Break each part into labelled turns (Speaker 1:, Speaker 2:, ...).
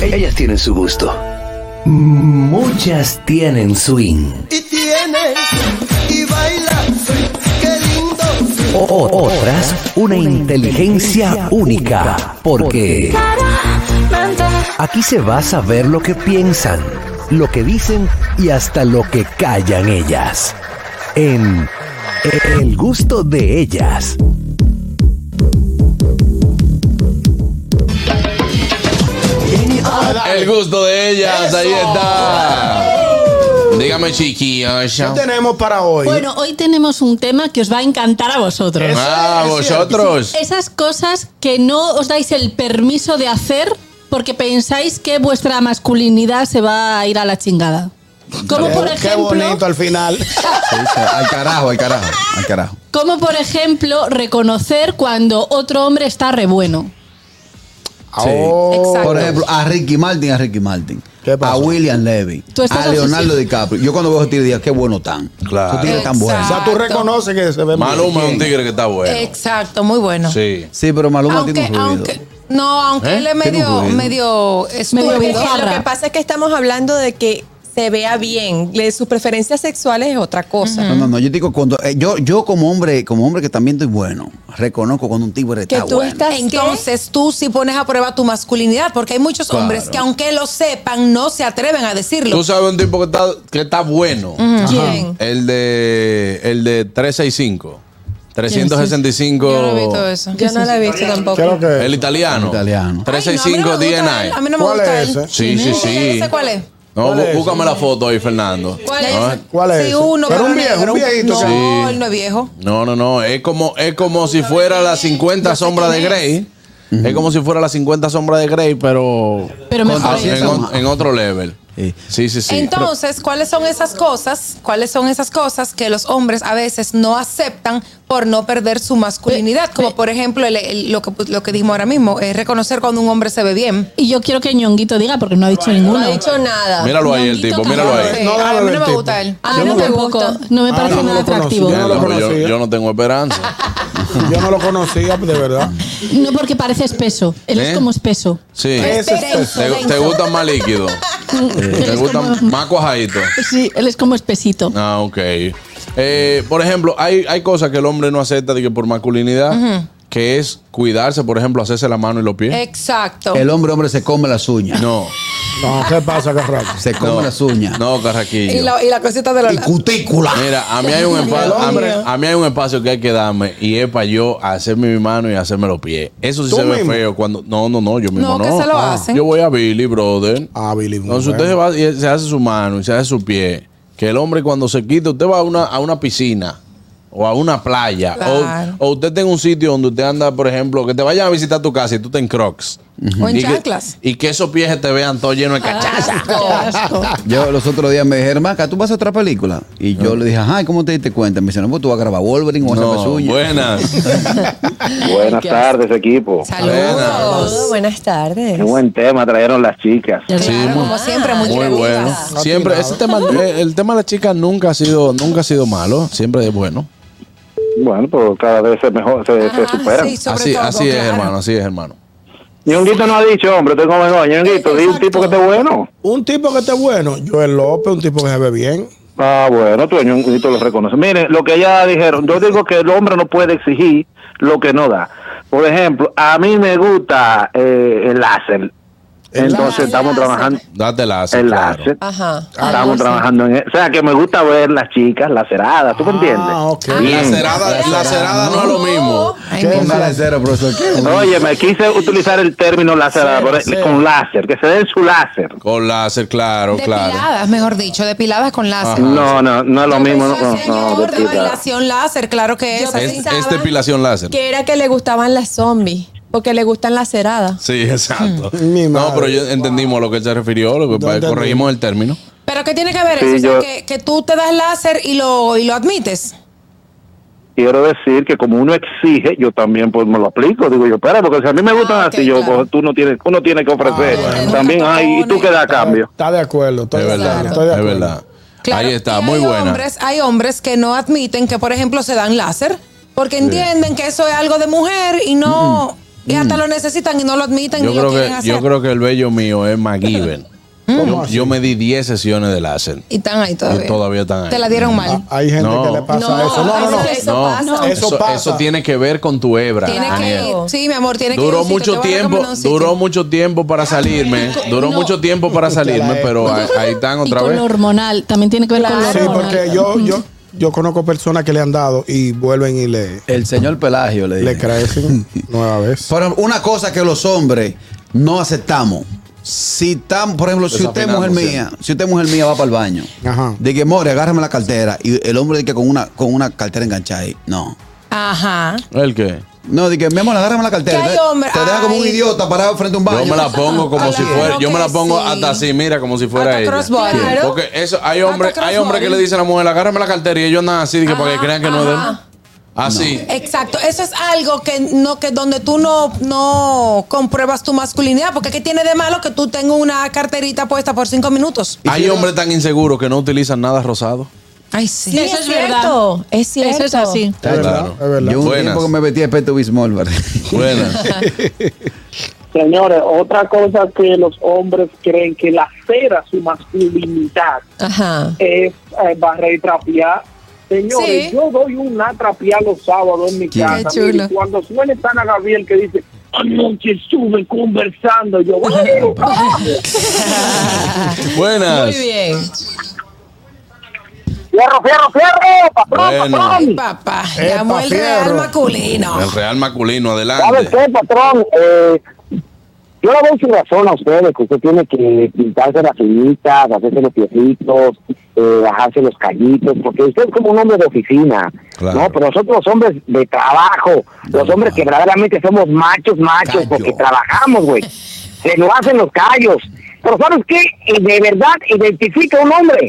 Speaker 1: Ellas tienen su gusto. Muchas tienen swing.
Speaker 2: Y tienes, y bailas, qué lindo.
Speaker 1: O- otras, una inteligencia única. Porque aquí se va a saber lo que piensan, lo que dicen y hasta lo que callan ellas. En El gusto de ellas.
Speaker 3: El gusto de ellas, ahí está. Dígame, chiquillos.
Speaker 4: ¿Qué tenemos para hoy?
Speaker 5: Bueno, hoy tenemos un tema que os va a encantar a vosotros.
Speaker 4: Eso
Speaker 3: Ah,
Speaker 4: es
Speaker 3: vosotros.
Speaker 4: pues.
Speaker 5: Esas cosas que no os dais el permiso de hacer porque pensáis que vuestra masculinidad se va a ir a la chingada. Como por
Speaker 4: Qué- Qué bonito
Speaker 5: ejemplo,
Speaker 4: al final.
Speaker 6: Sí, sí, al carajo, al carajo, al carajo.
Speaker 5: como por ejemplo reconocer cuando otro hombre está re bueno.
Speaker 4: Ah, oh.
Speaker 5: Exacto.
Speaker 6: Por ejemplo, a Ricky Martin, a Ricky Martin.
Speaker 4: ¿Qué pasó?
Speaker 6: A William Levy.
Speaker 5: Tú estás
Speaker 6: A Leonardo
Speaker 5: obsesivo.
Speaker 6: DiCaprio. Yo cuando veo esos tigres digo, qué bueno tan.
Speaker 3: Claro.
Speaker 6: Esos tigres tan buenos.
Speaker 4: o sea, tú
Speaker 7: Exacto.
Speaker 4: reconoces que se ve
Speaker 3: Maluma es un
Speaker 4: bien.
Speaker 3: tigre que está bueno.
Speaker 7: Eh, Exacto, muy bueno.
Speaker 3: Sí.
Speaker 6: Sí, pero Maluma
Speaker 7: Aunque,
Speaker 6: tiene un ruido.
Speaker 7: aunque, no, aunque
Speaker 3: ¿Eh?
Speaker 7: él es
Speaker 6: Tiene un
Speaker 7: medio,
Speaker 6: ruido.
Speaker 7: medio estúpido.
Speaker 5: Medio
Speaker 8: Lo
Speaker 5: bizarra.
Speaker 8: que pasa es que estamos hablando de que se vea bien. Le- Sus preferencias sexuales es otra cosa.
Speaker 6: No, no, no, yo digo cuando eh, yo yo como hombre, como hombre que también estoy bueno, reconozco cuando un tigre está
Speaker 8: Que tú
Speaker 6: bueno.
Speaker 8: estás
Speaker 7: Entonces tú sí pones a prueba tu masculinidad, porque hay muchos
Speaker 6: Claro.
Speaker 7: hombres que aunque lo sepan, no se atreven a decirlo.
Speaker 3: Tú sabes un tipo que está, que está bueno.
Speaker 8: ¿Quién?
Speaker 3: El de el de 365.
Speaker 7: Yo no he visto
Speaker 3: 365.
Speaker 7: eso.
Speaker 8: Yo no la he visto tampoco.
Speaker 4: Creo que.
Speaker 3: El italiano.
Speaker 6: Italiano.
Speaker 7: Ay,
Speaker 3: 365
Speaker 7: no, a mí no me gusta él, A mí no
Speaker 3: DNA.
Speaker 7: me
Speaker 4: ¿Cuál
Speaker 7: gusta
Speaker 4: es
Speaker 7: él.
Speaker 4: ese?
Speaker 3: Sí, sí, sí.
Speaker 7: No sé cuál es.
Speaker 3: No,
Speaker 4: ¿Cuál
Speaker 3: bú-
Speaker 4: es?
Speaker 3: búscame la foto ahí, Fernando.
Speaker 7: ¿Cuál es?
Speaker 3: No,
Speaker 7: ese?
Speaker 4: ¿Cuál es
Speaker 7: Sí,
Speaker 4: ese?
Speaker 7: uno,
Speaker 4: Pero un
Speaker 7: negro.
Speaker 4: viejo, un viejito.
Speaker 7: No,
Speaker 4: que-
Speaker 3: Sí.
Speaker 7: él no es viejo.
Speaker 3: No, no, no. Es como, es como si fuera las 50 sombras de Grey. Es como si fuera las 50 sombras de Grey, pero,
Speaker 5: Pero mejor
Speaker 3: Ah,
Speaker 5: así
Speaker 3: en,
Speaker 6: está
Speaker 3: o-
Speaker 6: mal.
Speaker 3: en otro level.
Speaker 6: Sí.
Speaker 3: Sí, sí, sí.
Speaker 7: Entonces, ¿cuáles son esas cosas? ¿Cuáles son esas cosas que los hombres a veces no aceptan por no perder su masculinidad? Como por ejemplo el- el- lo, que, lo que dijimos ahora mismo, es reconocer cuando un hombre se ve bien.
Speaker 5: Y yo quiero que ñonguito diga porque no ha dicho ninguno.
Speaker 8: No ha dicho nada.
Speaker 3: Pero míralo ahí el
Speaker 5: Ñonguito
Speaker 3: tipo,
Speaker 5: Camacho.
Speaker 3: míralo ahí.
Speaker 7: Sí,
Speaker 4: no,
Speaker 7: a mí no
Speaker 4: el
Speaker 7: me
Speaker 4: tipo.
Speaker 7: gusta él.
Speaker 5: A
Speaker 4: Yo
Speaker 5: mí
Speaker 4: no
Speaker 5: Ah, no
Speaker 4: lo-
Speaker 5: tampoco. No me
Speaker 4: Ah,
Speaker 5: parece
Speaker 4: no, no
Speaker 5: nada
Speaker 4: lo conocí.
Speaker 5: atractivo.
Speaker 4: Yo no lo
Speaker 3: Mierda, yo,
Speaker 4: conocía.
Speaker 3: yo no tengo esperanza.
Speaker 4: Yo no lo conocía, de verdad.
Speaker 5: No, porque parece espeso. Él
Speaker 3: ¿Eh?
Speaker 5: es como espeso.
Speaker 3: Sí.
Speaker 4: Ese es-
Speaker 3: ¿Te, te gusta más líquido?
Speaker 4: Eh,
Speaker 5: Él
Speaker 3: ¿Te
Speaker 5: es
Speaker 3: gusta
Speaker 5: como-
Speaker 3: más cuajadito?
Speaker 5: Sí, él es como espesito.
Speaker 3: Ah, ok. Eh, por ejemplo, hay, hay cosas que el hombre no acepta de que por masculinidad, que es cuidarse, por ejemplo, hacerse la mano y los pies.
Speaker 7: Exacto.
Speaker 6: El hombre hombre se come las uñas.
Speaker 3: No.
Speaker 4: No, ¿qué pasa, Carraco?
Speaker 6: Se come
Speaker 3: no,
Speaker 6: las uñas.
Speaker 3: No, carraquillo.
Speaker 8: Y la, y la cosita de
Speaker 6: Y
Speaker 8: los
Speaker 6: cutícula.
Speaker 3: Mira, a mí, hay un espacio, a, mí, a mí hay un espacio que hay que darme y es para yo hacerme mi mano y hacerme los pies. Eso sí
Speaker 4: ¿Tú
Speaker 3: se ve
Speaker 4: mismo?
Speaker 3: feo cuando. No, no, no, yo mismo no. Ah,
Speaker 7: No, que se lo hacen.
Speaker 3: Yo voy a Billy, brother.
Speaker 4: Ah, Billy, muy
Speaker 3: Entonces usted se, va y se hace su mano y se hace su pie. Que el hombre cuando se quita, usted va a una, a una piscina o a una playa. o-
Speaker 7: Claro.
Speaker 3: O, usted tenga un sitio donde usted anda, por ejemplo, que te vayan a visitar tu casa y tú te en crocs.
Speaker 7: O en
Speaker 3: y que,
Speaker 7: chanclas. Ah.
Speaker 3: y que esos pies se te vean todos llenos de cachaza.
Speaker 6: Yo los otros días me dijeron, Maca, ¿tú vas a otra película? Y yo le dije, ajá, ¿y ¿cómo te diste cuenta? Me dijeron, pues tú vas a grabar Wolverine o vas a hacer
Speaker 3: No,
Speaker 6: uñas.
Speaker 3: buenas.
Speaker 9: Buenas tardes, equipo.
Speaker 7: Saludos.
Speaker 8: Saludos, buenas tardes.
Speaker 9: Qué buen tema trajeron las chicas.
Speaker 5: Sí,
Speaker 7: Claro,
Speaker 3: muy-
Speaker 7: como siempre, muy,
Speaker 3: Ah, Muy
Speaker 7: creativas.
Speaker 3: bueno. Siempre, ese tema, eh, el tema de las chicas nunca ha sido, nunca ha sido malo, siempre es bueno.
Speaker 9: Bueno, pero cada vez se mejor, se, se
Speaker 7: Ajá,
Speaker 9: superan.
Speaker 7: Ah, sí, sobre
Speaker 3: Así,
Speaker 7: todo,
Speaker 3: así es,
Speaker 7: claro.
Speaker 3: hermano, así es, hermano.
Speaker 9: Ñonguito no ha dicho, hombre, estoy con vergüenza. Ñonguito, di un tipo que esté bueno.
Speaker 4: Un tipo que esté bueno, Joel López, un tipo que se ve bien.
Speaker 9: Ah, bueno, tú Ñonguito lo reconoce. Miren, lo que ya dijeron, yo digo que el hombre no puede exigir lo que no da. Por ejemplo, a mí me gusta eh, el láser. Entonces
Speaker 7: láser.
Speaker 9: estamos trabajando
Speaker 3: Date la
Speaker 9: el
Speaker 3: claro.
Speaker 9: láser.
Speaker 8: Ajá.
Speaker 7: Ah,
Speaker 9: Estamos trabajando en eso. O sea, que me gusta ver las chicas laceradas,
Speaker 7: Ah,
Speaker 9: ¿tú me entiendes?
Speaker 4: ok.
Speaker 9: Bien.
Speaker 3: Lacerada, lacerada no es lo mismo.
Speaker 7: Ay,
Speaker 6: Qué malacero, profesor. Qué bueno.
Speaker 9: Oye, me quise utilizar el término láser pero con láser, que se den su láser.
Speaker 3: Con láser, claro, claro.
Speaker 7: Depiladas, mejor dicho, depiladas con láser.
Speaker 3: Ajá.
Speaker 10: Ah,
Speaker 9: No, no, no es lo mismo. No, no,
Speaker 7: Sí, señor,
Speaker 9: no, de
Speaker 7: de
Speaker 9: piedad.
Speaker 7: depilación láser, claro que
Speaker 8: Yo
Speaker 7: es. así.
Speaker 8: pensé-
Speaker 3: Es,
Speaker 8: pensaban
Speaker 3: es depilación láser.
Speaker 8: Que era que le gustaban las zombies, porque le gustan laceradas.
Speaker 3: Sí, exacto.
Speaker 4: Mi
Speaker 3: No,
Speaker 4: madre.
Speaker 3: pero yo entendimos a lo que él se refirió, lo que-
Speaker 4: entendí.
Speaker 3: corregimos el término.
Speaker 7: Pero ¿qué tiene que ver
Speaker 9: Sí,
Speaker 7: eso? O sea,
Speaker 9: yo-
Speaker 7: que, que tú te das láser y lo, y lo admites.
Speaker 9: Quiero decir que como uno exige, yo también pues me lo aplico. Digo yo, espera, porque si a mí me gustan
Speaker 7: Ah, ok,
Speaker 9: así, yo,
Speaker 7: claro.
Speaker 9: pues, tú no tienes, uno tiene que ofrecer.
Speaker 7: Ah, bueno.
Speaker 9: También,
Speaker 7: Nunca
Speaker 9: ay, y
Speaker 7: propone.
Speaker 9: tú que da cambio.
Speaker 4: Está de acuerdo, estoy
Speaker 3: Es
Speaker 4: de acuerdo.
Speaker 3: verdad,
Speaker 4: estoy de
Speaker 3: es
Speaker 4: acuerdo.
Speaker 3: verdad.
Speaker 7: Claro,
Speaker 3: Ahí está,
Speaker 7: y
Speaker 3: muy
Speaker 7: hay
Speaker 3: buena.
Speaker 7: Hombres, hay hombres que no admiten que, por ejemplo, se dan láser porque entienden que eso es algo de mujer y no. Y hasta lo necesitan y no lo admiten
Speaker 3: Yo
Speaker 7: ni lo
Speaker 3: creo,
Speaker 7: quieren
Speaker 3: que,
Speaker 7: hacer.
Speaker 3: yo creo que el bello mío es McGiven.
Speaker 4: ¿Mm?
Speaker 3: yo, yo me di 10 sesiones de láser.
Speaker 7: Y están ahí todavía.
Speaker 3: Y todavía están ahí.
Speaker 7: Te la dieron mal.
Speaker 4: Ah, Hay gente
Speaker 3: No.
Speaker 4: que le pasa
Speaker 5: No,
Speaker 4: eso. No, no, no.
Speaker 5: eso-
Speaker 3: No,
Speaker 5: pasa.
Speaker 3: Eso,
Speaker 4: Eso pasa.
Speaker 3: eso tiene que ver con tu hebra.
Speaker 7: Tiene
Speaker 3: Daniel.
Speaker 7: que ir. Sí, mi amor, tiene que ir a
Speaker 3: ah, Duró
Speaker 7: un sitio,
Speaker 3: mucho
Speaker 7: te voy a
Speaker 3: tiempo,
Speaker 7: recomendar un sitio.
Speaker 3: duró mucho tiempo para salirme, duró
Speaker 5: no.
Speaker 3: mucho tiempo para salirme, pero ahí, ahí están
Speaker 5: Y
Speaker 3: otra
Speaker 5: con
Speaker 3: vez.
Speaker 5: lo hormonal, también tiene que ver con lo
Speaker 4: Sí,
Speaker 5: hormonal.
Speaker 4: porque yo, yo, yo conozco personas que le han dado y vuelven y le,
Speaker 6: El señor Pelagio le
Speaker 4: le
Speaker 6: dice.
Speaker 4: crecen nueva vez.
Speaker 6: Pero una cosa que los hombres no aceptamos. Si estamos, por ejemplo, si usted es mujer
Speaker 3: Desafinamos
Speaker 6: mía, si usted es mujer mía, va para el baño.
Speaker 4: Ajá.
Speaker 6: De que more, agárrame la cartera. Y el hombre de que con una, con una cartera enganchada ahí. No.
Speaker 7: Ajá.
Speaker 3: ¿El qué?
Speaker 6: No, de que mi amor, agárrame la cartera.
Speaker 7: Que hay
Speaker 6: Te-
Speaker 7: hombre-
Speaker 6: te deja como un
Speaker 7: ay.
Speaker 6: idiota parado frente a un baño.
Speaker 3: Yo me la pongo como
Speaker 7: Claro
Speaker 3: si fuera, yo me la
Speaker 7: que
Speaker 3: pongo
Speaker 7: sí.
Speaker 3: hasta así, mira, como si fuera
Speaker 7: Hasta
Speaker 3: ella.
Speaker 7: crossbody.
Speaker 3: Sí.
Speaker 7: Claro.
Speaker 3: Porque eso hay hombres,
Speaker 7: Hasta
Speaker 3: hay hombres que le
Speaker 7: crossbody.
Speaker 3: dicen a la mujer, agárrame la cartera y ellos andan así de que para que
Speaker 7: Ajá,
Speaker 3: crean que no es de él.
Speaker 7: ajá.
Speaker 3: Así.
Speaker 7: Exacto, eso es algo que no que donde tú no no compruebas tu masculinidad, porque qué tiene de malo que tú tengas una carterita puesta por cinco minutos.
Speaker 3: Hay hombres tan inseguros que no utilizan nada rosado.
Speaker 7: Ay sí.
Speaker 8: Sí,
Speaker 5: Eso
Speaker 8: es
Speaker 5: es verdad.
Speaker 8: cierto. Es cierto.
Speaker 5: Eso es así.
Speaker 4: Es verdad,
Speaker 3: Claro.
Speaker 4: es verdad.
Speaker 6: Yo un
Speaker 3: Buenas.
Speaker 6: tiempo que me metí a Peto Bismol, ¿verdad?
Speaker 3: Bueno,
Speaker 10: Señores, otra cosa que los hombres creen que lacera su masculinidad
Speaker 7: Ajá.
Speaker 10: es eh, barrer y trapear. Señores,
Speaker 7: Sí.
Speaker 10: yo doy una trapear los sábados en mi
Speaker 6: Qué
Speaker 10: casa.
Speaker 7: chulo.
Speaker 10: Mire, cuando suena Ana Gabriel que dice, anoche estuve conversando, yo, "Bueno, ah".
Speaker 3: buenas.
Speaker 7: Muy bien.
Speaker 10: fierro, fierro, fierro, patrón,
Speaker 3: Bueno.
Speaker 10: patrón.
Speaker 7: Papá,
Speaker 4: Epa,
Speaker 7: llamó el real
Speaker 4: fierro.
Speaker 7: masculino.
Speaker 3: El Real Masculino,
Speaker 10: ¿Sabe
Speaker 3: adelante.
Speaker 10: qué, patrón? Eh, yo le doy su razón a ustedes, que usted tiene que pintarse las uñitas, hacerse los piecitos, eh, bajarse los callitos, porque usted es como un hombre de oficina,
Speaker 3: Claro.
Speaker 10: ¿no? Pero nosotros los hombres de trabajo, los hombres que verdaderamente somos machos, machos,
Speaker 6: Callo.
Speaker 10: porque trabajamos, güey. Se nos hacen los callos. Pero ¿sabes qué? Y de verdad identifica un hombre.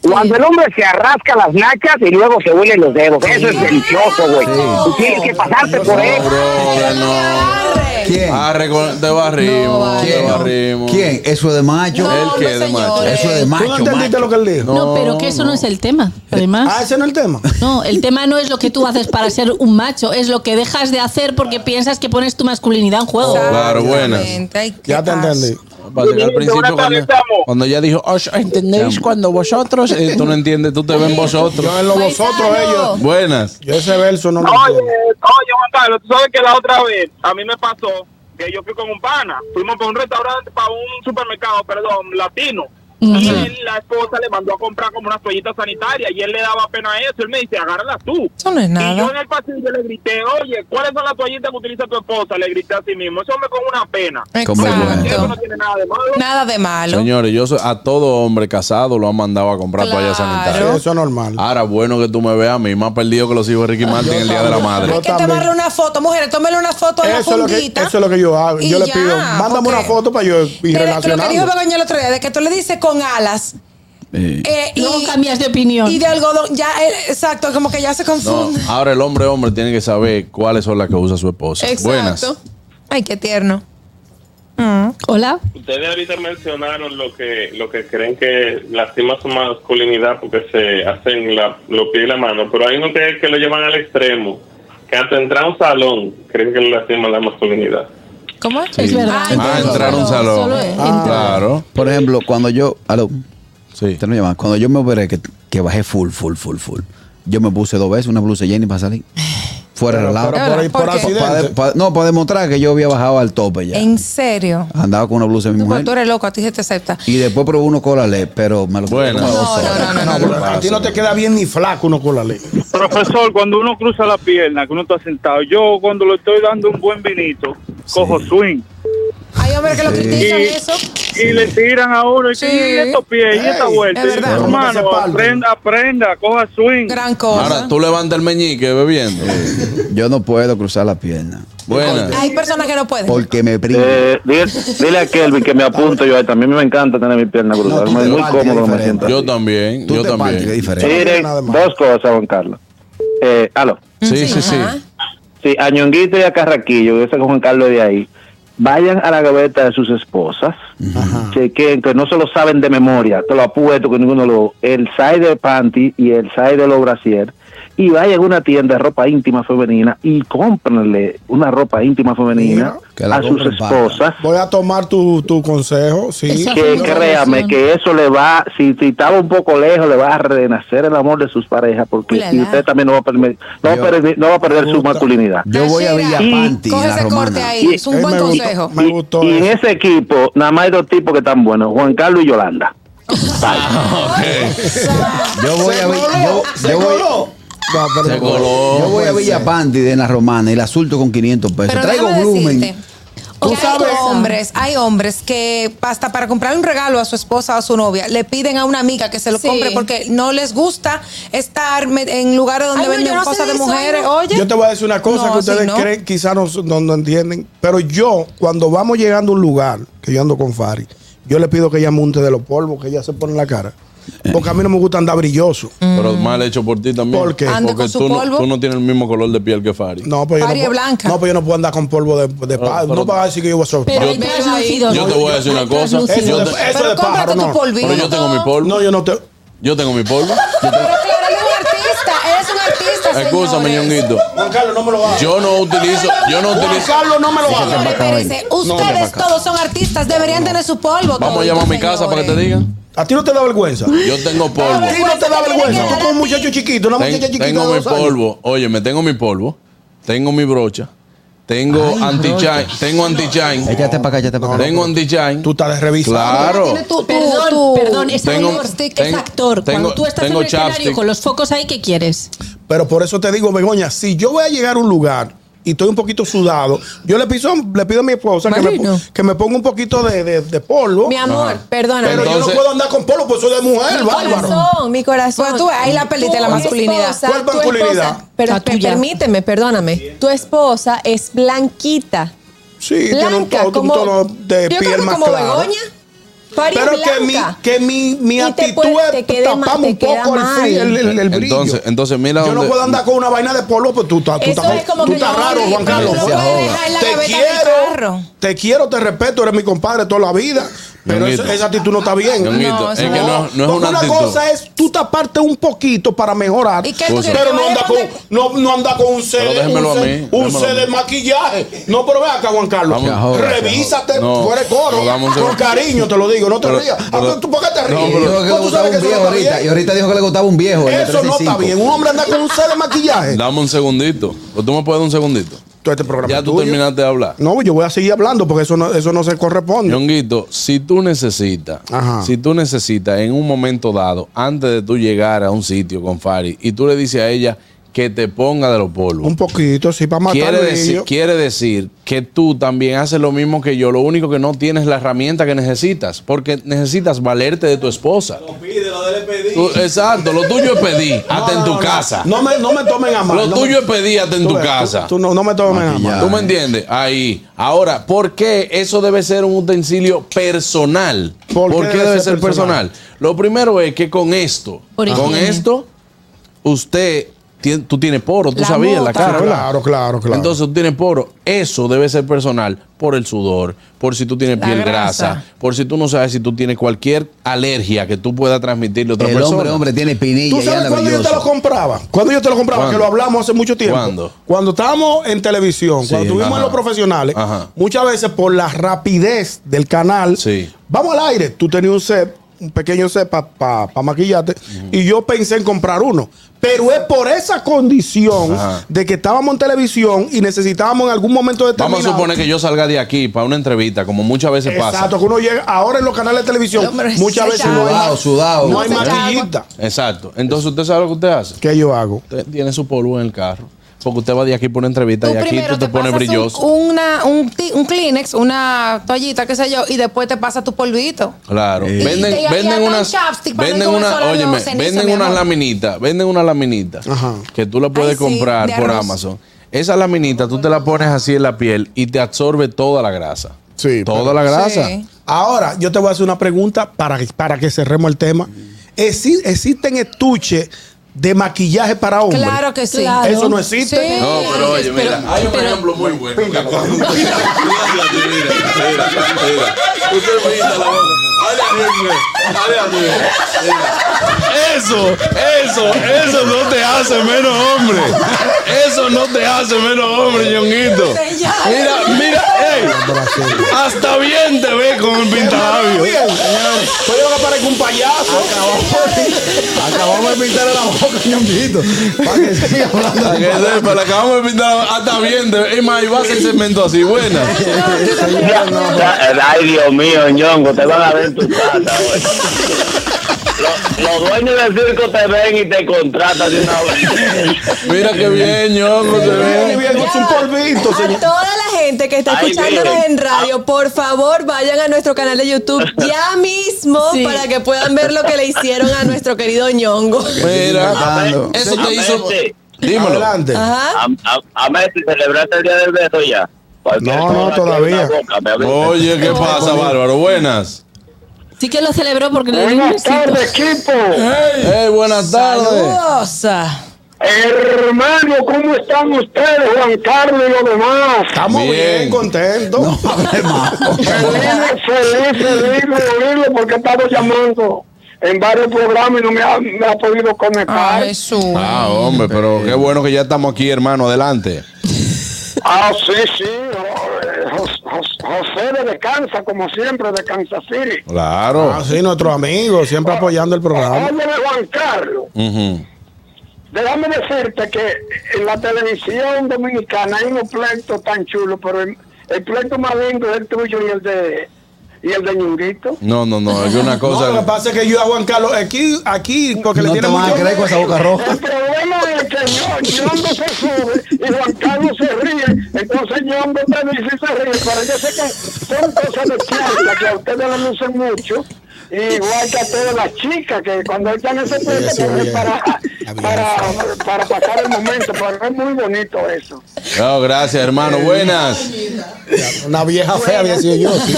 Speaker 10: Cuando el hombre se arrasca las nachas y luego se huele los dedos. Eso es delicioso, güey. Tú tienes que pasarte por
Speaker 3: No,
Speaker 10: eso.
Speaker 3: brother, no.
Speaker 6: ¿Quién?
Speaker 3: Arre, con- te barrimos, te barrimos.
Speaker 6: ¿Quién? Eso es de macho.
Speaker 7: No,
Speaker 3: ¿El qué
Speaker 7: hombre,
Speaker 3: de macho?
Speaker 7: señores.
Speaker 6: Eso es de
Speaker 4: ¿Tú
Speaker 6: macho.
Speaker 4: no entendiste
Speaker 6: macho.
Speaker 4: lo que él dijo?
Speaker 5: No, pero que eso no. es el tema, además.
Speaker 4: Ah, ese no es el tema.
Speaker 5: No, el tema no es lo que tú haces para ser un macho, es lo que dejas de hacer porque piensas que pones tu masculinidad en juego.
Speaker 3: Claro, buenas.
Speaker 7: Exactamente. Ay, qué
Speaker 4: Ya te
Speaker 7: paso.
Speaker 4: entendí.
Speaker 3: Para llegar al principio,
Speaker 10: Buenas tardes,
Speaker 3: cuando,
Speaker 10: estamos.
Speaker 3: cuando ella dijo, "Os ¿entendéis cuando vosotros? Eh, tú no entiendes, tú te ven vosotros.
Speaker 4: Yo en lo vosotros
Speaker 5: Paisano.
Speaker 4: ellos.
Speaker 3: Buenas.
Speaker 4: Yo ese verso no lo
Speaker 10: Oye,
Speaker 4: entiendo.
Speaker 10: oye, Juan Carlos, tú sabes que la otra vez a mí me pasó que yo fui con un pana, fuimos para un restaurante, para un supermercado, perdón, latino. Y él, la esposa le mandó a comprar como unas toallitas sanitarias y él le daba pena eso. Él me dice, agárralas tú.
Speaker 7: Eso no es
Speaker 10: Y yo en
Speaker 7: nada.
Speaker 10: el pasillo le grité, oye, ¿cuáles son las toallitas que utiliza tu esposa? Le grité a sí mismo. Eso me con una pena.
Speaker 6: Como el bueno.
Speaker 10: Eso no
Speaker 7: Exacto.
Speaker 10: tiene nada de malo.
Speaker 7: Nada de malo.
Speaker 3: Señores, yo soy- a todo hombre casado lo han mandado a comprar
Speaker 7: Claro.
Speaker 3: toallas sanitarias.
Speaker 4: Eso es normal.
Speaker 3: Ahora, bueno que tú me veas a mí, más perdido que los hijos de Ricky Martin el Día de la Madre.
Speaker 7: Hay que tomarle una foto, mujeres, tómele una foto a la
Speaker 4: Eso es, lo que,
Speaker 7: fundita.
Speaker 4: eso es lo que yo hago.
Speaker 7: Y
Speaker 4: Yo le
Speaker 7: ya,
Speaker 4: pido, mándame una
Speaker 7: porque-
Speaker 4: foto para yo ir
Speaker 7: Pero que lo que dijo
Speaker 4: relacionando.
Speaker 7: Begoña el otro día, de que tú le dices con alas
Speaker 6: Eh,
Speaker 7: eh, y,
Speaker 5: Luego cambias de opinión.
Speaker 7: y de algodón, ya, eh, exacto, como que ya se
Speaker 3: No,
Speaker 7: confunde.
Speaker 3: ahora el hombre hombre tiene que saber cuáles son las que usa su esposa.
Speaker 7: Exacto.
Speaker 3: Buenas.
Speaker 7: Ay, qué tierno. Mm.
Speaker 5: Hola.
Speaker 10: Ustedes ahorita mencionaron lo que lo que creen que lastima su masculinidad porque se hacen la, los pies y la mano, pero hay uno que, que lo llevan al extremo, que hasta entrar a un salón creen que le lastima la masculinidad.
Speaker 7: ¿Cómo es?
Speaker 5: Es verdad.
Speaker 7: Ay,
Speaker 3: Ah, entrar a un salón.
Speaker 5: Solo es
Speaker 3: Ah,
Speaker 5: entrar.
Speaker 3: Claro.
Speaker 6: Por ejemplo, cuando yo. Aló.
Speaker 3: Sí.
Speaker 6: Te lo llamas. Cuando yo me operé, que, que bajé full, full, full, full. Yo me puse dos veces una blusa Jenny para salir. Fuera
Speaker 4: Pero,
Speaker 6: relajo.
Speaker 4: pero por ahí,
Speaker 7: ¿Por
Speaker 4: por
Speaker 7: qué?
Speaker 6: Pa- de-
Speaker 4: accidente.
Speaker 6: pa- no, para demostrar que yo había bajado al tope ya.
Speaker 7: En serio.
Speaker 6: Andaba con una blusa de mi
Speaker 7: No, pero tú
Speaker 6: mujer.
Speaker 7: eres loco, a ti se te acepta.
Speaker 6: Y después probé uno con la ley, pero me lo
Speaker 3: Buenas.
Speaker 6: como dos
Speaker 7: No, no,
Speaker 6: horas.
Speaker 7: no, no,
Speaker 4: No, pero a ti no te queda bien ni flaco uno con la ley.
Speaker 10: Profesor, cuando uno cruza la pierna, que uno está sentado, yo cuando le estoy dando un buen vinito, cojo swing
Speaker 7: Hay hombres que lo critican eso.
Speaker 10: y le tiran a uno y,
Speaker 7: Sí.
Speaker 10: y estos pies y esta
Speaker 4: Ey,
Speaker 10: vuelta.
Speaker 7: es verdad.
Speaker 4: Como
Speaker 10: Hermano,
Speaker 4: que se parte.
Speaker 10: aprenda, aprenda, coja swing.
Speaker 7: Gran cosa.
Speaker 3: Ahora, tú levantas el meñique bebiendo.
Speaker 6: Yo no puedo cruzar la pierna.
Speaker 3: Buenas.
Speaker 7: Hay personas que no pueden.
Speaker 6: Porque me primo.
Speaker 3: Eh,
Speaker 9: Eh, dile, a Kelvin que me apunto yo. También me encanta tener mi pierna
Speaker 6: cruzada. No, tú Es te muy partes, cómodo, es me diferente. siento así.
Speaker 3: Yo también,
Speaker 6: Tú
Speaker 3: yo
Speaker 6: te partes, que es
Speaker 3: también.
Speaker 6: diferente.
Speaker 9: Miren,
Speaker 4: nada más.
Speaker 9: dos cosas, Juan Carlos. Eh, aló.
Speaker 3: Sí, sí, sí.
Speaker 7: Ajá.
Speaker 9: Sí, a Ñonguito y a Carraquillo, ese con Juan Carlos de ahí, vayan a la gaveta de sus esposas, chequen, que no se lo saben de memoria, te lo apuesto que ninguno lo... El side del panty y el side de los brasier y vayan a una tienda de ropa íntima femenina y cómprenle una ropa íntima femenina
Speaker 4: Mira,
Speaker 9: a sus esposas.
Speaker 4: Voy a tomar tu, tu consejo, sí.
Speaker 9: Que créame que eso le va, si, si estaba un poco lejos, le va a renacer el amor de sus parejas, porque
Speaker 7: Ulala.
Speaker 9: y usted también no va a, perder- no va a perder, no va a perder su masculinidad.
Speaker 6: Yo voy a Villapanti.
Speaker 7: Coge
Speaker 6: en la
Speaker 7: ese
Speaker 6: Romana.
Speaker 7: corte ahí, es un
Speaker 4: Ey,
Speaker 7: buen
Speaker 4: me gustó.
Speaker 7: consejo.
Speaker 4: Me gustó
Speaker 9: Y en
Speaker 4: eso.
Speaker 9: ese equipo, nada más hay dos tipos que están buenos, Juan Carlos y Yolanda.
Speaker 6: Yo voy a Vi- yo- yo voy-
Speaker 4: No, pero-
Speaker 3: Se coló. pues,
Speaker 6: yo voy a Villapanti de la Romana y la asulto con 500 pesos.
Speaker 7: Pero
Speaker 6: Traigo Eh,
Speaker 7: déjame
Speaker 6: Blumen.
Speaker 7: decirte que hay hombres, hay hombres que hasta para comprar un regalo a su esposa o a su novia le piden a una amiga que se lo
Speaker 5: Sí.
Speaker 7: compre porque no les gusta estar me- en lugares donde
Speaker 5: Ay, no,
Speaker 7: venden
Speaker 5: yo no sé
Speaker 7: cosas de
Speaker 5: de eso,
Speaker 7: mujeres.
Speaker 5: ay, no.
Speaker 7: Oye,
Speaker 4: Yo te voy a decir una cosa
Speaker 7: No,
Speaker 4: que ustedes
Speaker 7: sí, no.
Speaker 4: creen, quizás no, no- no entienden, pero yo, cuando vamos llegando a un lugar, que yo ando con Fari, yo le pido que ella monte de los polvos, que ella se pone en la cara. Porque a mí no me gusta andar brilloso.
Speaker 3: Pero mal hecho por ti también.
Speaker 4: ¿Por qué?
Speaker 7: Ande
Speaker 3: Porque
Speaker 7: con su
Speaker 3: tú no,
Speaker 7: polvo.
Speaker 3: tú no tienes el mismo color de piel que Fari.
Speaker 4: No, pero yo no,
Speaker 7: Fari es
Speaker 4: puedo-
Speaker 7: blanca.
Speaker 4: no, pero yo no puedo andar con polvo de, de pájaro.
Speaker 3: pero-
Speaker 4: no para decir que yo voy a ser
Speaker 5: Pero hay
Speaker 4: pájaro.
Speaker 5: translúcidos.
Speaker 3: Yo te voy a decir una
Speaker 5: Hay
Speaker 3: cosa.
Speaker 5: translúcidos.
Speaker 4: Eso
Speaker 3: Yo
Speaker 4: de-
Speaker 3: te-
Speaker 4: eso
Speaker 7: pero
Speaker 4: de pájaro,
Speaker 7: cómprate tu
Speaker 4: no.
Speaker 7: polvito.
Speaker 3: Pero yo tengo mi polvo.
Speaker 4: No, yo no te.
Speaker 3: Yo tengo mi polvo.
Speaker 7: Pero claro, él es un artista, él es un artista,
Speaker 3: Escúchame,
Speaker 7: señores.
Speaker 3: ñonguito.
Speaker 4: Juan Carlos, no me lo hagas.
Speaker 3: Yo no utilizo, yo no
Speaker 4: Juan
Speaker 3: utilizo.
Speaker 4: Carlos, no me lo hagas.
Speaker 7: Señores, espérense, ustedes todos son artistas, deberían tener su polvo.
Speaker 3: Vamos a llamar a mi casa para que te digan.
Speaker 4: A ti no te da vergüenza.
Speaker 3: Yo tengo
Speaker 4: A ti
Speaker 3: polvo.
Speaker 4: no te da
Speaker 7: Te tiene
Speaker 4: vergüenza.
Speaker 7: que
Speaker 4: Tú
Speaker 7: dar
Speaker 4: como un
Speaker 7: a ti.
Speaker 4: muchacho chiquito, una muchacha
Speaker 3: Ten-
Speaker 4: chiquita.
Speaker 3: tengo
Speaker 4: de
Speaker 3: mi
Speaker 4: dos años.
Speaker 3: polvo. Oye, me tengo mi polvo. Tengo mi brocha. Tengo anti-chain. Tengo anti-chain.
Speaker 6: Échate para acá, échate para acá.
Speaker 3: Tengo anti-chain.
Speaker 4: Tú estás de revisa.
Speaker 7: Oh,
Speaker 3: Claro.
Speaker 5: Perdón, perdón, es
Speaker 3: Tengo-
Speaker 5: actor, es
Speaker 3: tengo-
Speaker 5: actor.
Speaker 3: tengo-
Speaker 5: Cuando tú estás en
Speaker 3: tengo
Speaker 5: el escenario
Speaker 3: chapstick.
Speaker 5: con los focos ahí, ¿qué quieres?
Speaker 4: Pero por eso te digo, Begoña, si yo voy a llegar a un lugar y estoy un poquito sudado, yo le pido, le pido a mi esposa que me,
Speaker 8: Marino.
Speaker 4: po- que me ponga un poquito de, de- de polvo.
Speaker 8: Mi amor, perdóname.
Speaker 4: pero yo no
Speaker 3: Entonces-
Speaker 4: puedo andar con polvo, pues soy de mujer,
Speaker 8: mi
Speaker 4: bárbaro.
Speaker 8: corazón, mi corazón.
Speaker 7: Pues tú ves, ahí la perdiste
Speaker 8: Tu
Speaker 7: la masculinidad.
Speaker 8: esposa,
Speaker 4: ¿Cuál
Speaker 8: tu
Speaker 4: masculinidad?
Speaker 8: esposa- pero
Speaker 5: La
Speaker 8: pe-
Speaker 5: tuya.
Speaker 8: permíteme, perdóname. Tu esposa es blanquita.
Speaker 4: Sí, tiene un,
Speaker 8: Blanca,
Speaker 4: to- un
Speaker 8: como,
Speaker 4: tono de
Speaker 8: yo creo
Speaker 4: piel
Speaker 8: que
Speaker 4: más
Speaker 8: como
Speaker 4: claro.
Speaker 8: Begoña. Fari es
Speaker 4: Pero que mi,
Speaker 8: blanca.
Speaker 4: que mi, mi
Speaker 8: Y te
Speaker 4: actitud
Speaker 8: puede- te
Speaker 4: es
Speaker 8: quede mal,
Speaker 4: tapame
Speaker 8: te
Speaker 4: un
Speaker 8: queda
Speaker 4: poco el,
Speaker 8: mal.
Speaker 4: frío, el, el- el brillo.
Speaker 3: Entonces, entonces mira
Speaker 4: yo no
Speaker 3: dónde-
Speaker 4: puedo andar con una vaina de polvo, pues tú estás tú
Speaker 8: Eso
Speaker 4: estás-
Speaker 8: es como
Speaker 4: tú
Speaker 8: que
Speaker 4: estás
Speaker 8: no,
Speaker 4: raro,
Speaker 8: sí,
Speaker 4: Juan
Speaker 8: pero
Speaker 4: Carlos.
Speaker 8: no puedes dejar la
Speaker 4: Te
Speaker 7: gaveta en el
Speaker 4: quiero,
Speaker 7: carro.
Speaker 4: te quiero, te respeto, eres mi compadre toda la vida. Pero
Speaker 3: Ñonguito.
Speaker 4: esa, esa actitud no está bien.
Speaker 3: Ñonguito,
Speaker 7: No,
Speaker 3: es
Speaker 7: eso
Speaker 3: que
Speaker 7: no.
Speaker 3: no, no es
Speaker 4: Porque
Speaker 3: una
Speaker 4: una,
Speaker 3: actitud.
Speaker 4: cosa es tú taparte un poquito para mejorar,
Speaker 7: ¿Y qué
Speaker 3: Pues
Speaker 7: tú quieres
Speaker 4: pero
Speaker 7: que
Speaker 4: no
Speaker 7: vaya
Speaker 4: anda
Speaker 7: a
Speaker 4: con
Speaker 7: poner?
Speaker 4: no, no anda con un set,
Speaker 3: Pero déjemelo
Speaker 4: un
Speaker 3: a
Speaker 4: set-
Speaker 3: mí,
Speaker 4: un
Speaker 3: déjamelo
Speaker 4: set
Speaker 3: a mí.
Speaker 4: de maquillaje. No, pero ve acá, Juan Carlos.
Speaker 3: Vamos. Se joda,
Speaker 4: revísate,
Speaker 3: se joda. No,
Speaker 4: fuera de coro.
Speaker 3: no, dame un
Speaker 4: con
Speaker 3: segundo.
Speaker 4: cariño te lo digo, no te
Speaker 3: Pero-
Speaker 4: rías. Ah,
Speaker 3: pero-
Speaker 4: ¿Tú por qué te
Speaker 3: No,
Speaker 4: ríes?
Speaker 6: Dijo
Speaker 3: pero-
Speaker 6: que
Speaker 4: Pues
Speaker 6: le
Speaker 4: tú
Speaker 6: gustaba un
Speaker 4: sabes que eso
Speaker 6: viejo
Speaker 4: no está
Speaker 6: ahorita. Y
Speaker 4: bien.
Speaker 6: ahorita dijo que le gustaba un viejo. de
Speaker 4: Eso no está
Speaker 6: 365.
Speaker 4: bien. Un hombre anda con un set de maquillaje.
Speaker 3: Dame un segundito. ¿O tú me puedes dar un segundito?
Speaker 4: Todo este programa
Speaker 3: Ya
Speaker 4: es
Speaker 3: tú
Speaker 4: tuyo.
Speaker 3: terminaste de hablar.
Speaker 4: No, yo voy a seguir hablando porque eso no, eso no se corresponde.
Speaker 3: Ñonguito, si tú necesitas,
Speaker 4: Ajá.
Speaker 3: si tú necesitas en un momento dado, antes de tú llegar a un sitio con Fari, y tú le dices a ella que te ponga de los polvos.
Speaker 4: Un poquito, sí, para matar
Speaker 3: Quiere
Speaker 4: el
Speaker 3: decir,
Speaker 4: brillo.
Speaker 3: quiere decir que tú también haces lo mismo que yo. Lo único que no tienes la herramienta que necesitas, porque necesitas valerte de tu esposa. Tú- exacto, lo tuyo es pedir, hasta en tu casa.
Speaker 4: No me, no me tomen a mal.
Speaker 3: Lo
Speaker 4: no me-
Speaker 3: tuyo es pedir, hasta en
Speaker 4: Tú
Speaker 3: tu
Speaker 4: ves,
Speaker 3: casa.
Speaker 4: Tú, tú no, no me tomes a mal.
Speaker 6: Maquillaje.
Speaker 3: ¿Tú me entiendes? Ahí. Ahora, ¿por qué eso debe ser un utensilio personal?
Speaker 4: ¿Por
Speaker 3: ¿Por,
Speaker 4: qué
Speaker 3: qué debe, ser personal? Lo primero es que con esto,
Speaker 5: Por
Speaker 3: con
Speaker 5: higiene.
Speaker 3: esto, usted, tien- tú tienes poro, tú
Speaker 7: La
Speaker 3: sabías la
Speaker 7: mota.
Speaker 3: cara. ¿verdad?
Speaker 4: Claro, claro, claro.
Speaker 3: Entonces tú tienes poro. Eso debe ser personal por el sudor, por si tú tienes
Speaker 7: La
Speaker 3: piel grasa.
Speaker 7: grasa.
Speaker 3: por si tú no sabes si tú tienes cualquier alergia que tú puedas transmitirle a otra
Speaker 6: El
Speaker 3: persona.
Speaker 6: hombre, hombre, tiene
Speaker 4: ¿Tú
Speaker 6: pinilla y
Speaker 4: sabes
Speaker 6: anda
Speaker 4: cuándo yo te lo
Speaker 6: brilloso.
Speaker 4: compraba? Cuando yo te lo compraba, que
Speaker 3: ¿Cuándo?
Speaker 4: lo hablamos hace mucho tiempo.
Speaker 3: ¿Cuándo?
Speaker 4: Cuando estábamos en televisión, cuando estuvimos
Speaker 3: ajá.
Speaker 4: en los profesionales,
Speaker 3: Ajá.
Speaker 4: muchas veces por la rapidez del canal,
Speaker 3: Sí.
Speaker 4: vamos al aire. Tú tenías un set, un pequeño set para maquillarte, y yo pensé en comprar uno. Pero es por esa condición
Speaker 3: Ajá.
Speaker 4: de que estábamos en televisión y necesitábamos en algún momento determinado.
Speaker 3: Vamos a suponer que yo salga de aquí para una entrevista, como muchas veces pasa.
Speaker 4: Exacto, que uno llega ahora en los canales de televisión,
Speaker 7: hombre se
Speaker 4: muchas
Speaker 7: echa
Speaker 4: veces no
Speaker 7: agua.
Speaker 6: Sudado,
Speaker 4: hay,
Speaker 6: sudado.
Speaker 4: no hay
Speaker 7: se echa agua.
Speaker 4: maquillita.
Speaker 3: Exacto. Entonces, ¿usted sabe lo que usted hace?
Speaker 4: ¿Qué yo hago?
Speaker 3: Usted tiene su polvo en el carro. Porque usted va de aquí por una entrevista
Speaker 7: Tú
Speaker 3: y aquí
Speaker 7: primero
Speaker 3: tú te
Speaker 7: te
Speaker 3: pones
Speaker 7: pasas
Speaker 3: brilloso.
Speaker 7: un, una, un, ti- un Kleenex, una toallita, qué sé yo, y después te pasa tu polvito.
Speaker 3: Claro.
Speaker 6: Sí.
Speaker 3: Venden,
Speaker 7: Y te- y
Speaker 3: venden
Speaker 7: hasta un
Speaker 3: unas.
Speaker 7: chapstick para
Speaker 3: Venden
Speaker 7: no
Speaker 3: una.
Speaker 7: encontrar
Speaker 3: Óyeme,
Speaker 7: los cenizos,
Speaker 3: venden
Speaker 7: mi
Speaker 3: unas
Speaker 7: amor.
Speaker 3: laminitas. Venden unas laminitas.
Speaker 4: Ajá.
Speaker 3: Que tú la puedes
Speaker 7: Ay, sí,
Speaker 3: comprar
Speaker 7: de
Speaker 3: por
Speaker 7: arroz.
Speaker 3: Amazon. Esa laminita tú te la pones así en la piel y te absorbe toda la grasa.
Speaker 4: Sí,
Speaker 3: Toda
Speaker 4: pero-
Speaker 3: la grasa.
Speaker 7: Sí.
Speaker 4: Ahora, yo te voy a hacer una pregunta para, para que cerremos el tema. Exi- ¿Existen estuches de maquillaje para hombres?
Speaker 7: Claro que sí.
Speaker 5: Claro.
Speaker 4: Eso no existe.
Speaker 7: Sí.
Speaker 3: No, pero oye,
Speaker 5: Pero-
Speaker 3: mira, hay un
Speaker 5: pero-
Speaker 3: ejemplo muy bueno. Mira, mira, mira, mira. Usted pinta la boca. Hay Eso, eso, eso no te hace menos hombre. Eso no te hace menos hombre, ñonguito. Mira, mira, ey, hasta bien te ve con el pintalabio.
Speaker 4: Pues yo que parezco un payaso.
Speaker 11: Acabamos de pintarle la boca, ñonguito. Para que siga hablando.
Speaker 3: Para que sepa, le acabamos de pintar hasta bien. te ve. Es más, y va a hacer cemento así, buena.
Speaker 12: Ya, ya, Ay, Dios mío, ñongo, te van a ver en tu casa. güey. Los, los dueños del circo te ven y te contratan de una vez.
Speaker 3: Mira qué bien, ñongo, te ve.
Speaker 7: Ah,
Speaker 8: A toda la gente que está
Speaker 12: Ay,
Speaker 8: escuchándonos
Speaker 12: miren.
Speaker 8: en
Speaker 3: Ah.
Speaker 8: radio, por favor vayan a nuestro canal de YouTube ya mismo para que puedan ver lo que le hicieron a nuestro querido ñongo.
Speaker 3: Mira, eso te hizo. Dímelo.
Speaker 4: Adelante.
Speaker 8: Ajá.
Speaker 12: A, a, a Messi, celebraste el día del beso ya. Pues Cualquier
Speaker 4: No, no,
Speaker 12: cosa que
Speaker 4: todavía.
Speaker 12: en la boca, me avisa.
Speaker 3: Oye, ¿qué pasa, Bárbaro? Buenas.
Speaker 5: Sí que lo celebró porque le dio un besito.
Speaker 12: equipo.
Speaker 3: Hey, buenas tardes.
Speaker 8: Saludos.
Speaker 12: Hermano, ¿cómo están ustedes, Juan Carlos y los demás?
Speaker 4: Estamos bien,
Speaker 3: Bien.
Speaker 4: contentos.
Speaker 12: Feliz, feliz, feliz de oírlo porque he estado llamando en varios programas y no me ha, me ha podido
Speaker 7: Ah,
Speaker 12: conectar.
Speaker 7: Jesús.
Speaker 3: Ah, hombre, pero qué bueno que ya estamos aquí, hermano. Adelante.
Speaker 12: Ah, sí, sí. jo- Jos- Jos- José de Descansa, como siempre, de Kansas City.
Speaker 3: Claro.
Speaker 4: Ah, sí, nuestro amigo, siempre apoyando el programa.
Speaker 12: Óyeme, Ah, Juan Carlos.
Speaker 3: Ujú.
Speaker 12: Déjame decirte que en la televisión dominicana hay unos pleitos tan chulos, pero el, el pleito más lindo es el tuyo y el de Este, y el de Ñunguito.
Speaker 3: No, no, no. Es que una
Speaker 4: No, lo que
Speaker 3: cosa.
Speaker 4: pasa es que yo a Juan Carlos aquí, aquí porque
Speaker 11: No
Speaker 4: le
Speaker 11: te
Speaker 4: tiene
Speaker 11: van a
Speaker 4: mucho.
Speaker 11: creer con esa boca roja.
Speaker 12: El problema es que Ño- Ñongo se sube y Juan Carlos se ríe, entonces Ñongo te dice y se ríe, pero yo sé que son cosas de charla que a ustedes les lucen mucho. y Igual que a todas las chicas que cuando están en ese pleito
Speaker 4: sí,
Speaker 12: pues,
Speaker 4: oye.
Speaker 12: es para, para, para pasar el momento, pero es muy bonito eso.
Speaker 3: No, gracias, hermano. Buenas.
Speaker 4: Una vieja fea había sido yo. sí.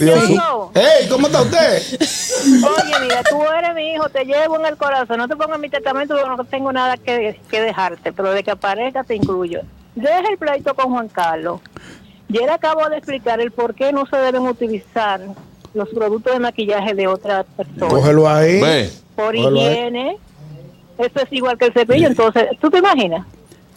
Speaker 4: Dios mío. Ey, ¿cómo está usted?
Speaker 13: Oye, mira, tú eres mi hijo, te llevo en el corazón. No te pongas en mi testamento porque no tengo nada que, que dejarte, pero de que aparezca te incluyo. Deja el pleito con Juan Carlos. Yo le acabo de explicar el por qué no se deben utilizar los productos de maquillaje de otras personas.
Speaker 4: Cógelo ahí.
Speaker 3: Ve.
Speaker 13: Por
Speaker 4: cógelo ahí.
Speaker 13: higiene, eso es igual que el cepillo. Entonces, ¿tú te imaginas?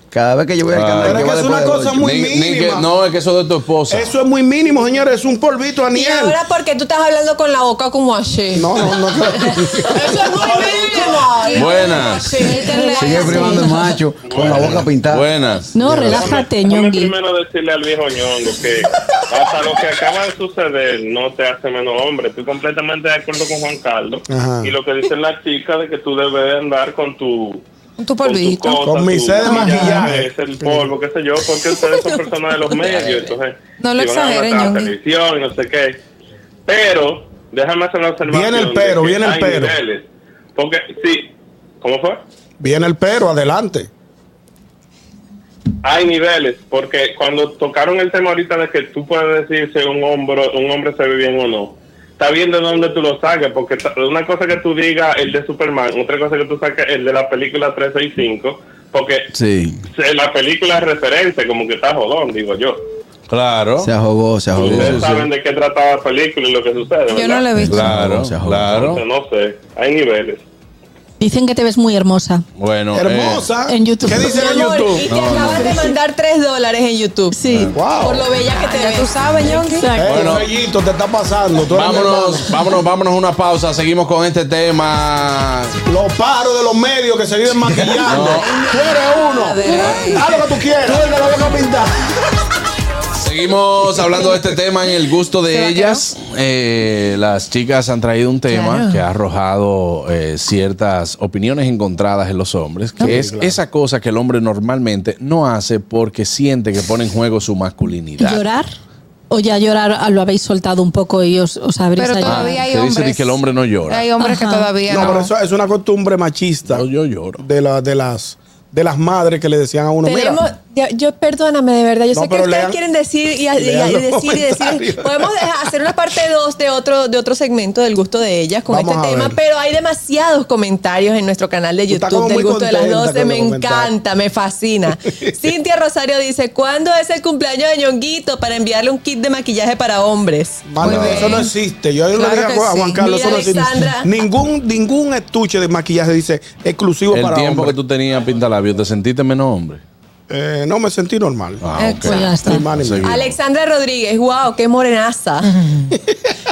Speaker 6: Cada vez que yo voy al
Speaker 3: Ay.
Speaker 6: canal,
Speaker 3: Pero
Speaker 4: es
Speaker 6: va
Speaker 4: que es una
Speaker 6: después del
Speaker 4: cosa
Speaker 6: ocho.
Speaker 4: muy-
Speaker 3: Ni- ni que-
Speaker 4: mínima.
Speaker 3: no, es que eso de tu esposa.
Speaker 4: Eso es muy mínimo, señores. Es un polvito,
Speaker 8: Y
Speaker 4: Aniel.
Speaker 8: ahora porque tú estás hablando con la boca como así.
Speaker 4: No, no, no.
Speaker 8: Eso es muy mínimo.
Speaker 3: Buenas.
Speaker 8: Sí, internet.
Speaker 6: Sigue privando el macho con la boca pintada.
Speaker 3: Buenas.
Speaker 5: No, relájate,
Speaker 10: Déjame
Speaker 5: ñongui.
Speaker 10: primero decirle al viejo ñongo que hasta lo que acaba de suceder no te hace menos hombre. Estoy completamente de acuerdo con Juan Carlos.
Speaker 4: Ajá.
Speaker 10: Y lo que dice la chica de que tú debes andar con tu...
Speaker 7: Tu
Speaker 10: con tu
Speaker 7: polvito.
Speaker 10: cosa,
Speaker 4: Con mi
Speaker 10: tu
Speaker 4: sed de maquillaje.
Speaker 10: es el polvo, qué sé yo, porque ustedes son personas de los medios. Entonces,
Speaker 7: No lo
Speaker 10: si van a
Speaker 7: exageren,
Speaker 10: matar la
Speaker 7: Ñongui.
Speaker 10: televisión, no sé qué. Pero, déjame hacer una observación.
Speaker 4: Viene el
Speaker 10: de
Speaker 4: pero,
Speaker 10: que
Speaker 4: viene el
Speaker 10: hay
Speaker 4: pero.
Speaker 10: niveles. Porque, sí, ¿cómo fue?
Speaker 4: Viene el pero, adelante.
Speaker 10: Hay niveles, porque cuando tocaron el tema ahorita de que tú puedes decir si un hombre, un hombre se ve bien o no, está bien de dónde tú lo saques, porque ta- una cosa que tú digas el de Superman, otra cosa que tú saques el de la película 365, porque
Speaker 6: Sí.
Speaker 10: se- la película es referencia, como que está jodón, digo yo.
Speaker 3: Claro.
Speaker 6: Se ahogó, se ahogó.
Speaker 10: Ustedes saben de qué trataba la película y lo que sucede,
Speaker 7: Yo no
Speaker 10: ¿verdad?
Speaker 7: lo he visto.
Speaker 3: Claro,
Speaker 6: Se ahogó.
Speaker 3: claro.
Speaker 10: Entonces, no sé, hay niveles.
Speaker 5: Dicen que te ves muy hermosa.
Speaker 3: Bueno. eh,
Speaker 4: Hermosa.
Speaker 5: En YouTube.
Speaker 4: ¿Qué dice
Speaker 8: Mi
Speaker 4: en
Speaker 8: amor,
Speaker 4: YouTube?
Speaker 8: y que acabas de mandar 3 dólares en YouTube. Sí.
Speaker 4: Wow.
Speaker 8: Por lo bella que te
Speaker 7: Ya
Speaker 8: ves.
Speaker 7: tú sabes, Ñongui.
Speaker 4: Ey,
Speaker 3: Bueno.
Speaker 4: Fellito, te está pasando. Tú eres mi
Speaker 3: vámonos, vámonos, vámonos a una pausa. Seguimos con este tema.
Speaker 4: hermano. Los paros de los medios que se viven maquillando. Tú eres uno. Haz lo que tú quieras. Tú eres la boca pintada.
Speaker 3: Seguimos hablando de este tema en el gusto de ellas. Eh, las chicas han traído un tema
Speaker 7: Claro.
Speaker 3: que ha arrojado eh, ciertas opiniones encontradas en los hombres, que es esa cosa que el hombre normalmente no hace porque siente que pone en juego su masculinidad.
Speaker 5: ¿Llorar? ¿O ya llorar ah, lo habéis soltado un poco y os, os habréis
Speaker 7: Pero
Speaker 5: ahí?
Speaker 7: todavía hay
Speaker 3: que dice
Speaker 7: hombres.
Speaker 3: que el hombre no llora.
Speaker 7: Hay hombres
Speaker 5: Ajá.
Speaker 7: que todavía
Speaker 4: No,
Speaker 7: no.
Speaker 4: pero eso es una costumbre machista
Speaker 3: No, yo lloro.
Speaker 4: de, la, de, las, de las madres que le decían a uno, mira,
Speaker 8: Tenemos, Yo, yo- perdóname, de verdad. Yo
Speaker 4: No,
Speaker 8: sé que
Speaker 4: pero
Speaker 8: ustedes
Speaker 4: lean-
Speaker 8: quieren decir y, y- y
Speaker 4: lean los
Speaker 8: decir y decir.
Speaker 4: comentarios.
Speaker 8: Podemos dejar- hacer una parte 2 de otro, de otro segmento del gusto de ellas con
Speaker 4: Vamos
Speaker 8: este
Speaker 4: a
Speaker 8: tema,
Speaker 4: ver.
Speaker 8: pero hay demasiados comentarios en nuestro canal de
Speaker 4: Tú estás
Speaker 8: YouTube
Speaker 4: como
Speaker 8: del
Speaker 4: muy
Speaker 8: gusto de las
Speaker 4: contenta
Speaker 8: 12.
Speaker 4: con
Speaker 8: Me
Speaker 4: los comentarios.
Speaker 8: encanta, me fascina. Cintia Rosario dice: ¿Cuándo es el cumpleaños de Ñonguito para enviarle un kit de maquillaje para hombres?
Speaker 4: Mano,
Speaker 8: Muy
Speaker 4: eso
Speaker 8: bien.
Speaker 4: no existe. Yo le
Speaker 8: Claro
Speaker 4: dije a
Speaker 8: que
Speaker 4: Juan- a Juan
Speaker 8: sí.
Speaker 4: Carlos,
Speaker 8: Mira,
Speaker 4: eso no existe.
Speaker 8: Alexandra.
Speaker 4: Ningún, ningún estuche de maquillaje dice exclusivo
Speaker 3: El
Speaker 4: para
Speaker 3: tiempo
Speaker 4: hombres.
Speaker 3: que tú tenías pintalabios, ¿te sentiste menos hombre?
Speaker 4: Eh, no, me sentí normal.
Speaker 3: Ah, ok.
Speaker 8: Pues ya está.
Speaker 4: Ni mal ni
Speaker 3: Seguimos.
Speaker 4: mal.
Speaker 8: Alexandra Rodríguez, wow, qué morenaza.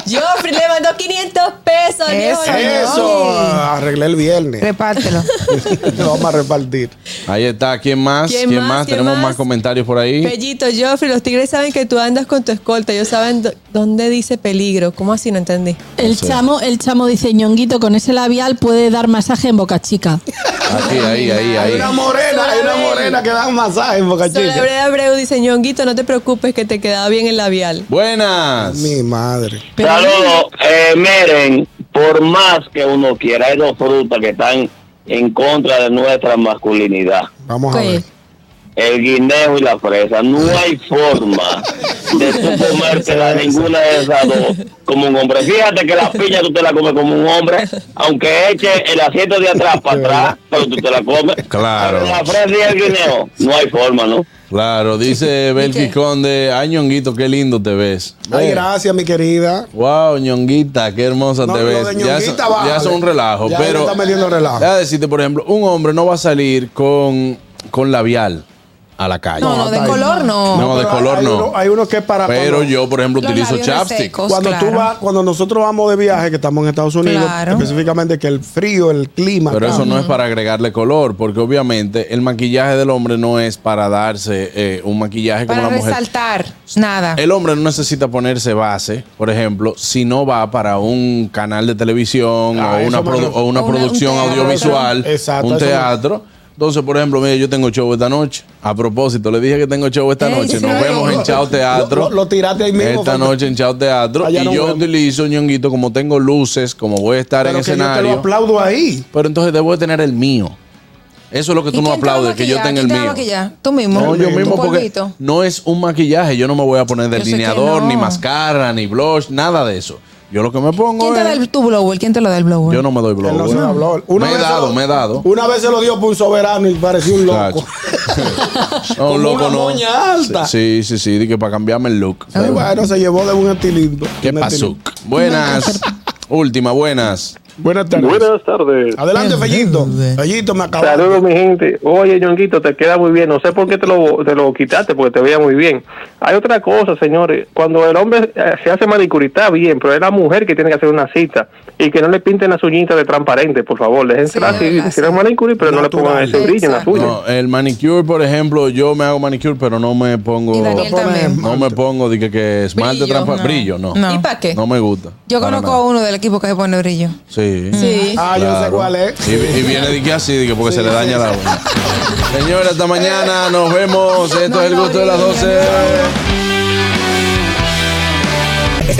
Speaker 8: Joffrey le mandó 500 pesos.
Speaker 7: Eso,
Speaker 8: Ñongi.
Speaker 4: Eso, arreglé el viernes.
Speaker 7: Repártelo.
Speaker 4: Lo vamos a repartir.
Speaker 3: Ahí está. ¿Quién más?
Speaker 8: ¿Quién
Speaker 3: ¿Quién,
Speaker 8: más?
Speaker 3: más?
Speaker 8: ¿Quién
Speaker 3: Tenemos
Speaker 8: más?
Speaker 3: más? comentarios por ahí.
Speaker 8: Pellito, Joffrey, los tigres saben que tú andas con tu escolta. Ellos saben do- dónde dice peligro. ¿Cómo así? No entendí.
Speaker 5: El chamo, el chamo dice, ñonguito, con ese labial puede dar masaje en boca chica.
Speaker 3: Aquí, ahí,
Speaker 4: Hay
Speaker 3: ahí, ahí.
Speaker 4: una morena, hay una morena que da un masaje en Boca Chica.
Speaker 8: Solabrea Abreu dice, Ñonguito, no te preocupes que te quedaba bien el labial.
Speaker 3: Buenas.
Speaker 4: Mi madre.
Speaker 12: Saludos. Eh, miren, por más que uno quiera, hay dos frutas que están en contra de nuestra masculinidad.
Speaker 4: Vamos a
Speaker 8: Pues,
Speaker 4: ver.
Speaker 12: El guineo y la fresa. No hay forma de tú comértela ninguna de esas dos como un hombre. Fíjate que la piña tú te la comes como un hombre, aunque eche el asiento de atrás para atrás, pero tú te la comes.
Speaker 3: Claro.
Speaker 12: La fresa y el guineo, no hay forma, ¿no?
Speaker 3: Claro, dice Belki Conde, ay ñonguito, qué lindo te ves. Eh,
Speaker 4: Ay, gracias, mi querida.
Speaker 3: Wow, ñonguita, qué hermosa
Speaker 4: No,
Speaker 3: te
Speaker 4: lo de
Speaker 3: ves. ya, es,
Speaker 4: ñonguita, vale.
Speaker 3: ya es un relajo,
Speaker 4: Ya
Speaker 3: pero
Speaker 4: está metiendo relajo.
Speaker 3: déjame decirte, por ejemplo, un hombre no va a salir con, con labial a la calle.
Speaker 7: No, no, de color no.
Speaker 3: No, de
Speaker 4: pero
Speaker 3: color
Speaker 4: hay
Speaker 3: no.
Speaker 4: uno- hay uno que es para.
Speaker 3: Pero
Speaker 4: cuando-
Speaker 3: yo, por ejemplo,
Speaker 7: Los
Speaker 3: utilizo
Speaker 7: labios
Speaker 3: chapstick.
Speaker 8: Pues,
Speaker 7: resecos,
Speaker 4: Cuando tú
Speaker 7: claro.
Speaker 4: vas, cuando nosotros vamos de viaje, que estamos en Estados Unidos,
Speaker 7: Claro.
Speaker 4: específicamente que el frío, el clima.
Speaker 3: Pero eso
Speaker 4: cambia.
Speaker 3: no es para agregarle color, porque obviamente el maquillaje del hombre no es para darse eh, un maquillaje como
Speaker 7: Para
Speaker 3: la mujer.
Speaker 7: resaltar, nada.
Speaker 3: El hombre no necesita ponerse base, por ejemplo, si no va para un canal de televisión
Speaker 4: Ah,
Speaker 3: o,
Speaker 4: eso
Speaker 3: una
Speaker 4: me
Speaker 3: produ-
Speaker 4: refiero.
Speaker 3: o
Speaker 7: O
Speaker 3: una
Speaker 7: una- un
Speaker 3: producción
Speaker 7: teatro.
Speaker 3: audiovisual,
Speaker 4: Exacto,
Speaker 3: un
Speaker 4: eso me-
Speaker 3: teatro. Entonces, por ejemplo, mire, yo tengo show esta noche. A propósito, le dije que tengo show esta
Speaker 7: Ey,
Speaker 3: noche.
Speaker 7: sí.
Speaker 3: Nos vemos en Chao Teatro.
Speaker 4: Lo, lo tiraste ahí mismo.
Speaker 3: Esta
Speaker 4: Fernando.
Speaker 3: noche en Chao Teatro.
Speaker 4: Allá
Speaker 3: y
Speaker 4: nos
Speaker 3: yo
Speaker 4: vemos.
Speaker 3: utilizo, ñonguito, como tengo luces, como voy a estar
Speaker 4: Pero
Speaker 3: en
Speaker 4: que yo te lo
Speaker 3: escenario.
Speaker 4: aplaudo ahí.
Speaker 3: Pero entonces debo de tener el mío. Eso es lo que
Speaker 7: ¿Y
Speaker 3: tú no
Speaker 7: quién te va a
Speaker 3: aplaudes, que yo
Speaker 7: maquillar?
Speaker 3: tenga
Speaker 7: ¿Quién
Speaker 3: el
Speaker 7: te va a
Speaker 3: mío.
Speaker 7: maquillar? Tú mismo.
Speaker 3: No, yo
Speaker 7: Tu
Speaker 3: mismo porque
Speaker 7: polvito.
Speaker 3: no es un maquillaje. Yo no me voy a poner
Speaker 7: Yo sé que
Speaker 3: delineador,
Speaker 7: no.
Speaker 3: ni mascara, ni blush, nada de eso. Yo lo que me
Speaker 7: ¿Quién
Speaker 3: pongo
Speaker 7: te da
Speaker 3: es...
Speaker 7: el, tu blower? ¿Quién te lo da el blower?
Speaker 3: Yo no me doy blow.
Speaker 4: Él no se da blower. Una
Speaker 3: me he
Speaker 4: vez se
Speaker 3: dado,
Speaker 4: lo-
Speaker 3: me he dado.
Speaker 4: Una vez se lo dio por un soberano y parecía un loco.
Speaker 3: No,
Speaker 4: Como
Speaker 3: loco,
Speaker 4: una
Speaker 3: no.
Speaker 4: moña alta.
Speaker 3: Sí, sí, sí, di que para cambiarme el look.
Speaker 4: Y bueno, se llevó de un estilindo.
Speaker 3: ¿Qué
Speaker 4: Un
Speaker 3: pasó?
Speaker 4: estilindo.
Speaker 3: Buenas. Última, buenas.
Speaker 4: Buenas tardes.
Speaker 14: Buenas tardes.
Speaker 4: Adelante, Fellito. Fellito me acabó.
Speaker 14: Saludos, mi gente. Oye, Ñonguito, te queda muy bien. No sé por qué te lo, te lo quitaste, porque te veía muy bien. Hay otra cosa, señores. Cuando el hombre eh, se hace manicure, está bien, pero es la mujer que tiene que hacer una cita. Y que no le pinten las uñitas de transparente, por favor. Dejen entrar si si no es manicure, pero no le pongan ese brillo en las uñas.
Speaker 3: No, el manicure, por ejemplo, yo me hago manicure, pero no me pongo.
Speaker 7: Y Daniel también.
Speaker 3: No me pongo de que, que esmalte
Speaker 8: Brillo,
Speaker 3: transpa-
Speaker 8: no.
Speaker 3: Brillo, no.
Speaker 7: No.
Speaker 8: ¿Y para qué?
Speaker 3: No me gusta.
Speaker 7: Yo
Speaker 3: para
Speaker 7: conozco
Speaker 3: nada.
Speaker 7: a uno del equipo que se pone brillo.
Speaker 3: Sí.
Speaker 8: Sí.
Speaker 4: Ah, yo sé
Speaker 3: Claro.
Speaker 4: cuál es.
Speaker 3: Y, y viene de que así, de que porque se le daña la uña. Señores, hasta mañana. Nos vemos. Esto es el gusto de las 12.